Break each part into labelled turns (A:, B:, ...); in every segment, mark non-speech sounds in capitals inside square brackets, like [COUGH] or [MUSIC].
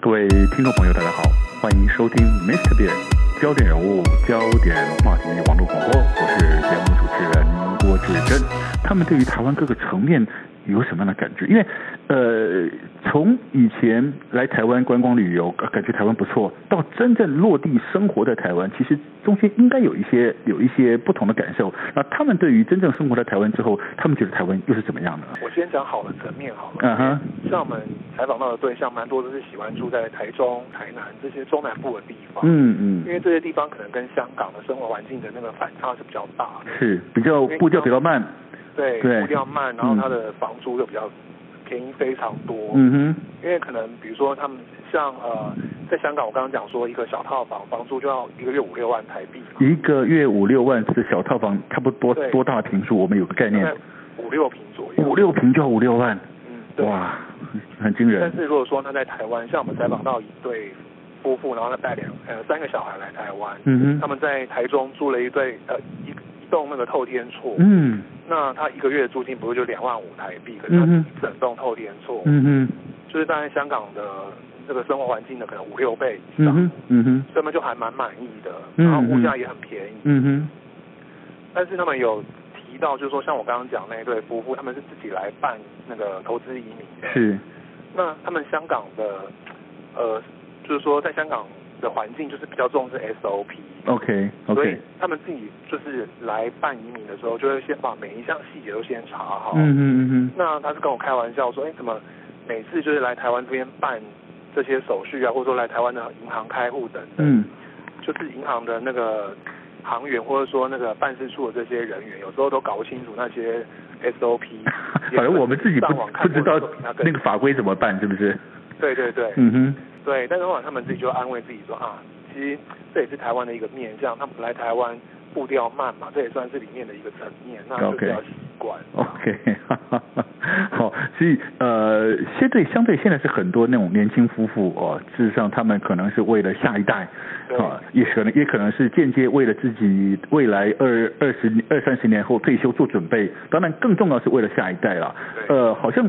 A: 各位听众朋友，大家好，欢迎收听 Mr. Bean 焦点人物、焦点话题网络广播，我是节目主持人郭志珍。他们对于台湾各个层面有什么样的感觉？因为呃，从以前来台湾观光旅游，呃感觉台湾不错，到真正落地生活在台湾，其实中间应该有一些有一些不同的感受。那他们对于真正生活在台湾之后，他们觉得台湾又是怎么样的？
B: 我先讲好的层面好了。
A: 嗯哼，
B: 像我们采访到的对象，蛮多都是喜欢住在台中、台南这些中南部的地方，
A: 嗯嗯
B: 因，为这些地方可能跟香港的生活环境的那个反差是比较大的，
A: 是比较步调比较慢，
B: 对，
A: 对
B: 步调慢，然后它的房租就比较便宜非常多，
A: 嗯哼。
B: 因为可能比如说他们像呃，在香港我刚刚讲说一个小套房房租就要一个月五六万台币嘛，
A: 一个月五六万是小套房，差不多
B: 对
A: 多大的平数？我们有个概
B: 大概
A: 念，
B: 五六平左右，
A: 五六平就要五六万，
B: 嗯，对。
A: 哇，很惊人
B: 但。是如果说他在台湾，像我们采访到一对夫妇，然后他带两呃三个小孩来台湾，
A: 嗯
B: 他
A: 哼，
B: 们在台中租了一对呃一一栋那个透天厝，
A: 嗯
B: 那他一个月的租金不是就两万五台币，可是他
A: 嗯哼
B: 一整栋透天厝，
A: 嗯哼，
B: 就是大概香港的这个生活环境的可能五六倍以
A: 嗯
B: 上，
A: 哼，嗯哼，
B: 所以他们就还蛮满意的，
A: 嗯
B: 然后物价也很便宜，
A: 嗯哼，
B: 但是他们有提到就是说像我刚刚讲那一对夫妇，他们是自己来办那个投资移民的，
A: 是，
B: 那他们香港的，呃，就是说在香港的环境就是比较重视 SOP。
A: OK
B: 所以
A: OK，
B: 他们自己就是来办移民的时候，就会先把每一项细节都先查好。
A: 嗯哼嗯
B: 那他是跟我开玩笑说，哎，怎么每次就是来台湾这边办这些手续啊，或者说来台湾的银行开户等
A: 哼，
B: 等，
A: 嗯。
B: 就是银行的那个行员或者说那个办事处的这些人员，有时候都搞不清楚那些 SOP
A: [LAUGHS] 反正我们自己不
B: 上网看
A: 不知道
B: 过的比他更
A: 那个法规怎么办，是不是？
B: 对对对，
A: 嗯哼，
B: 对，但是后来他们自己就安慰自己说啊，其实这也是台湾的一个面向，他们来台湾步调慢嘛，这也算是里面的一个层面，那就是
A: OK 哦
B: 比较习惯。
A: OK，哈 [LAUGHS] 哈哈，好，所以呃，相对相对现在是很多那种年轻夫妇哦，事实上他们可能是为了下一代
B: 对
A: 啊，也可能也可能是间接为了自己未来二二十二三十年后退休做准备，当然更重要是为了下一代啦。
B: 对
A: 呃，好像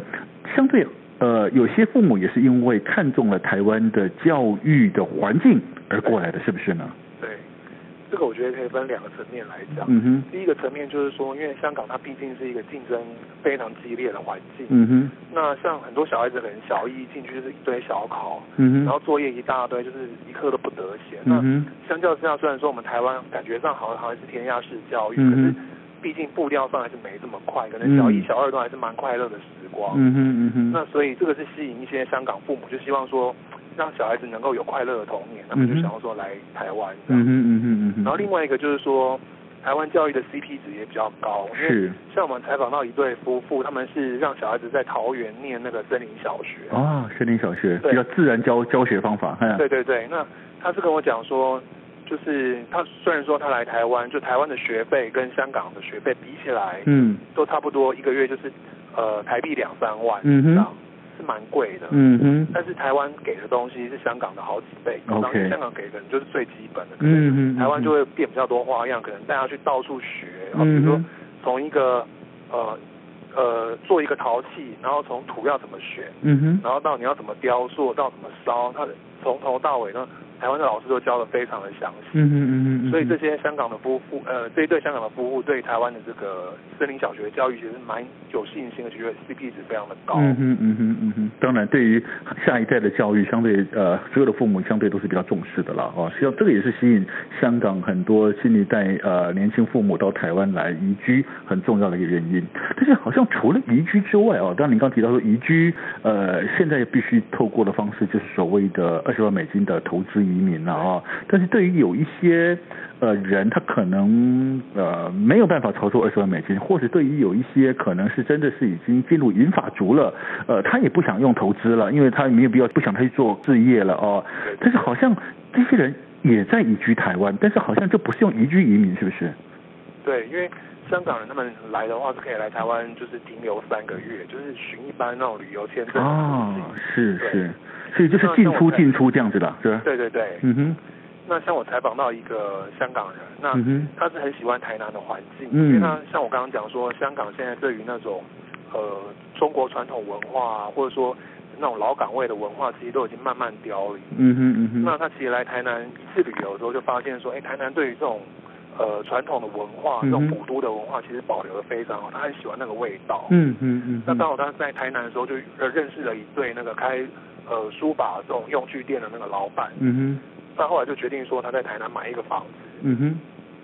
A: 相对呃，有些父母也是因为看中了台湾的教育的环境而过来的，是不是呢？
B: 对，这个我觉得可以分两个层面来讲。
A: 嗯哼，
B: 第一个层面就是说，因为香港它毕竟是一个竞争非常激烈的环境，
A: 嗯哼，
B: 那像很多小孩子可能小一进去就是一堆小考，
A: 嗯
B: 然
A: 哼，
B: 后作业一大堆，就是一刻都不得闲。那
A: 嗯哼，
B: 相较之下，虽然说我们台湾感觉上好像好像是填鸭式教育，
A: 嗯
B: 可
A: 哼
B: 是毕竟步调上还是没这么快，可能小一、小二都还是蛮快乐的时光。
A: 嗯哼，嗯哼，
B: 那所以这个是吸引一些香港父母，就希望说让小孩子能够有快乐的童年，他们就
A: 嗯哼
B: 想要说来台湾这
A: 嗯哼，
B: 样。
A: 嗯哼，嗯哼，
B: 然后另外一个就是说，台湾教育的 CP 值也比较高，因为
A: 是。
B: 像我们采访到一对夫妇，他们是让小孩子在桃园念那个森林小学。
A: 啊，森林小学
B: 对
A: 比较自然教教学方法，哎，
B: 对对对，那他是跟我讲说，就是他虽然说他来台湾，就台湾的学费跟香港的学费比起来，
A: 嗯
B: 都差不多一个月就是呃台币两三万
A: 嗯哼
B: 这样，是蛮贵的。
A: 嗯哼，
B: 但是台湾给的东西是香港的好几倍，
A: OK
B: 然后香港给的就是最基本的，可能
A: 嗯哼，
B: 台湾就会变比较多花样，可能带他去到处学，然后比
A: 嗯
B: 如说
A: 哼
B: 从一个呃呃做一个陶器，然后从土要怎么选，
A: 嗯哼，
B: 然后到你要怎么雕塑，到怎么烧，它从头到尾呢，台湾的老师都教的非常的详细。
A: 嗯哼嗯哼，
B: 所以这些香港的夫妇，呃，这一对香港的夫妇对台湾的这个森林小学教育其实蛮有信心的，觉得 CP 值非常的高。
A: 嗯哼嗯哼嗯哼，当然，对于下一代的教育，相对呃，所有的父母相对都是比较重视的啦，哦，实际上这个也是吸引香港很多新一代呃年轻父母到台湾来移居很重要的一个原因。但是好像除了移居之外哦，当然您刚提到说移居，呃，现在必须透过的方式就是所谓的二十万美金的投资移民了啊、哦。但是对于有一些呃人，他可能呃没有办法操作二十万美金，或者对于有一些可能是真的是已经进入银发族了，呃，他也不想用投资了，因为他没有必要不想他去做置业了哦。但是好像这些人也在移居台湾，但是好像就不是用移居移民，是不是？
B: 对，因为香港人他们来的话是可以来台湾，就是停留三个月，就是巡一般那种旅游签证。
A: 哦，是
B: 对
A: 是，所以就是进出进出这样子的，是吧？
B: 对对对，
A: 嗯哼，
B: 那像我采访到一个香港人，那
A: 嗯哼，
B: 他是很喜欢台南的环境，
A: 嗯
B: 因为他像我刚刚讲说，香港现在对于那种呃中国传统文化啊，或者说那种老岗位的文化，其实都已经慢慢凋零。
A: 嗯哼嗯哼，
B: 那他其实来台南一次旅游之后，就发现说，哎，台南对于这种呃传统的文化，这种
A: 嗯哼
B: 古都的文化，其实保留的非常好，他很喜欢那个味道。
A: 嗯嗯嗯，
B: 那刚好他在台南的时候就呃认识了一对那个开呃书法这种用具店的那个老板，
A: 嗯
B: 那后来就决定说他在台南买一个房子，
A: 哼嗯哼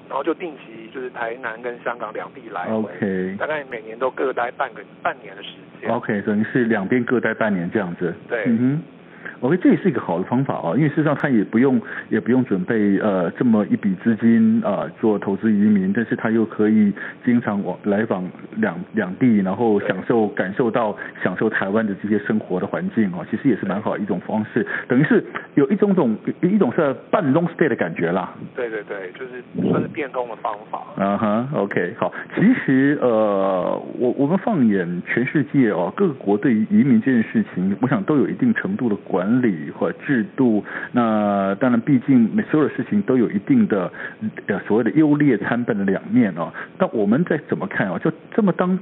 B: 然后就定期就是台南跟香港两地来回
A: ，OK
B: 大概每年都各待半个半年的时间。
A: OK，等于是两边各待半年这样子。
B: 啊对
A: 嗯哼。OK，这也是一个好的方法啊，因为事实上他也不用也不用准备呃这么一笔资金啊、呃做投资移民，但是他又可以经常往来访两两地，然后
B: 对
A: 享受感受到享受台湾的这些生活的环境啊，其实也是蛮好的一种方式，等于是有一种种一种是半 long stay 的感觉啦。
B: 对对对，就是算是变通的方法。
A: 嗯哼，OK，好。其实呃，我我们放眼全世界哦，各国对于移民这件事情，我想都有一定程度的管理和制度。那当然，毕竟每所有的事情都有一定的呃所谓的优劣参半的两面哦。那我们再怎么看哦，就这么当。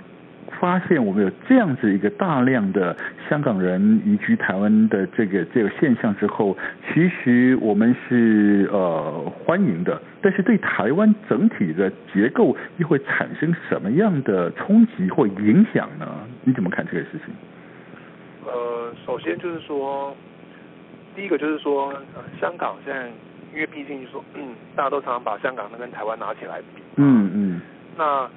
A: 发现我们有这样子一个大量的香港人移居台湾的这个这个现象之后，其实我们是呃欢迎的，但是对台湾整体的结构又会产生什么样的冲击或影响呢？你怎么看这个事情？
B: 呃，首先就是说，第一个就是说，呃香港现在，因为毕竟说，嗯，大家都常常把香港跟台湾拿起来比。
A: 嗯嗯
B: 那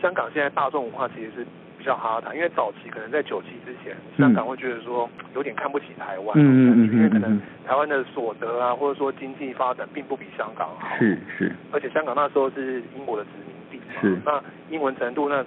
B: 香港现在大众文化其实是比较哈谈，因为早期可能在九七之前，
A: 嗯
B: 香港会觉得说有点看不起台湾，
A: 嗯嗯嗯
B: 因为可
A: 嗯
B: 能台湾的所得啊，或者说经济发展并不比香港好
A: 嗯，。是是，
B: 而且香港那时候是英国的殖民地嘛，
A: 是
B: 那英文程度那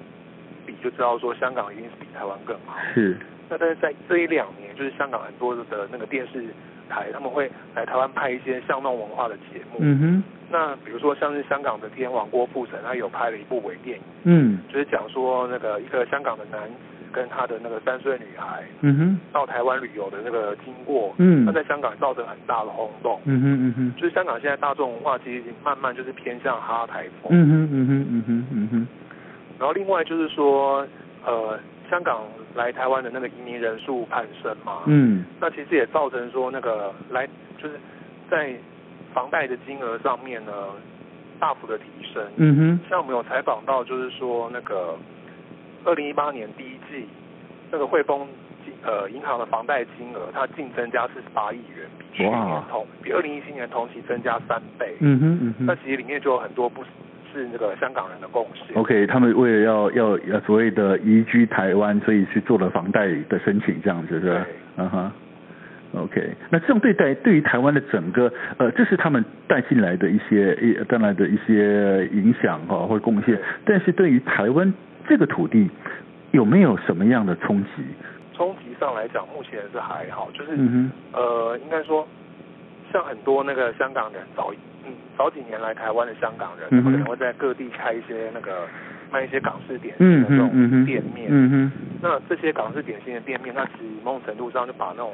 B: 比就知道说香港一定是比台湾更好。
A: 是，
B: 那但是在这一两年，就是香港很多的那个电视台，他们会来台湾拍一些巷弄文化的节目。
A: 嗯哼，
B: 那比如说像是香港的天王郭富城，他有拍了一部微电影，
A: 嗯
B: 就是讲说那个一个香港的男子跟他的那个三岁女孩
A: 嗯哼，
B: 到台湾旅游的那个经过，
A: 嗯
B: 那在香港造成很大的轰动。
A: 嗯哼嗯哼，
B: 就是香港现在大众文化其实已经慢慢就是偏向哈台风，
A: 嗯哼嗯哼嗯哼嗯哼，
B: 然后另外就是说，呃，香港来台湾的那个移民人数攀升嘛，
A: 嗯
B: 那其实也造成说那个来就是在房贷的金额上面呢大幅的提升。
A: 嗯哼，
B: 像我们有采访到，就是说那个二零一八年第一季那个汇丰金呃银行的房贷金额，它净增加四十八亿元，比去年
A: 哇
B: 同比二零一七年同期增加三倍。
A: 嗯哼嗯哼
B: 那。其实里面就有很多不是是那个香港人的贡献。
A: OK，他们为了要要要所谓的移居台湾，所以去做了房贷的申请，这样子是吧？嗯哼。OK，那这种对待对于台湾的整个呃，这是他们带进来的一些一带来的一些影响哈、或者贡献
B: 对，
A: 但是对于台湾这个土地有没有什么样的冲击？
B: 冲击上来讲，目前是还好，就是、
A: 嗯
B: 呃，应该说，像很多那个香港人早嗯早几年来台湾的香港人，
A: 嗯哼
B: 他们可能会在各地开一些那个卖一些港式点
A: 哼，
B: 心
A: 嗯
B: 的这
A: 哼，嗯
B: 种
A: 哼，
B: 店面。
A: 嗯哼，
B: 那这些港式点心的店面，它其实某种程度上就把那种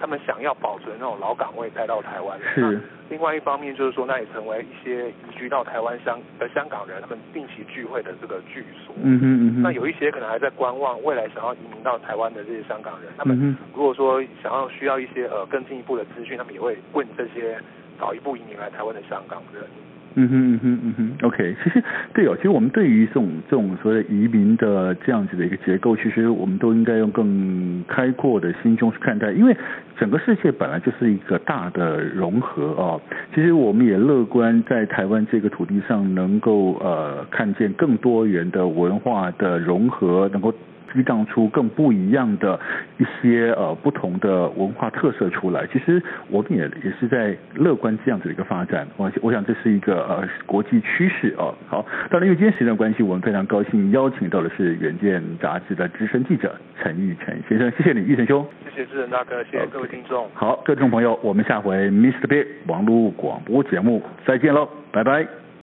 B: 他们想要保存那种老港味带到台湾来。
A: 是，
B: 那另外一方面就是说，那也成为一些移居到台湾香的香港人他们定期聚会的这个居所。
A: 嗯哼，嗯哼，
B: 那有一些可能还在观望未来想要移民到台湾的这些香港人，他们
A: 嗯
B: 如果说想要需要一些呃更进一步的资讯，他们也会问这些早一步移民来台湾的香港人。
A: 嗯哼嗯哼嗯哼，OK，其 [LAUGHS] 实对哦，其实我们对于这种这种所谓的移民的这样子的一个结构，其实我们都应该用更开阔的心胸去看待，因为整个世界本来就是一个大的融合哦。其实我们也乐观在台湾这个土地上能够呃看见更多元的文化的融合，能够。激荡出更不一样的一些呃不同的文化特色出来。其实我们也也是在乐观这样子的一个发展，我我想这是一个呃国际趋势哦。好，当然因为今天时间关系，我们非常高兴邀请到的是《远见》杂志的资深记者陈玉成先生，谢谢你，玉成兄。
B: 谢谢志仁大哥，谢谢
A: OK
B: 各位听众。
A: 好，各位听众朋友，我们下回 Mr. Big 网络广播节目再见喽，拜拜。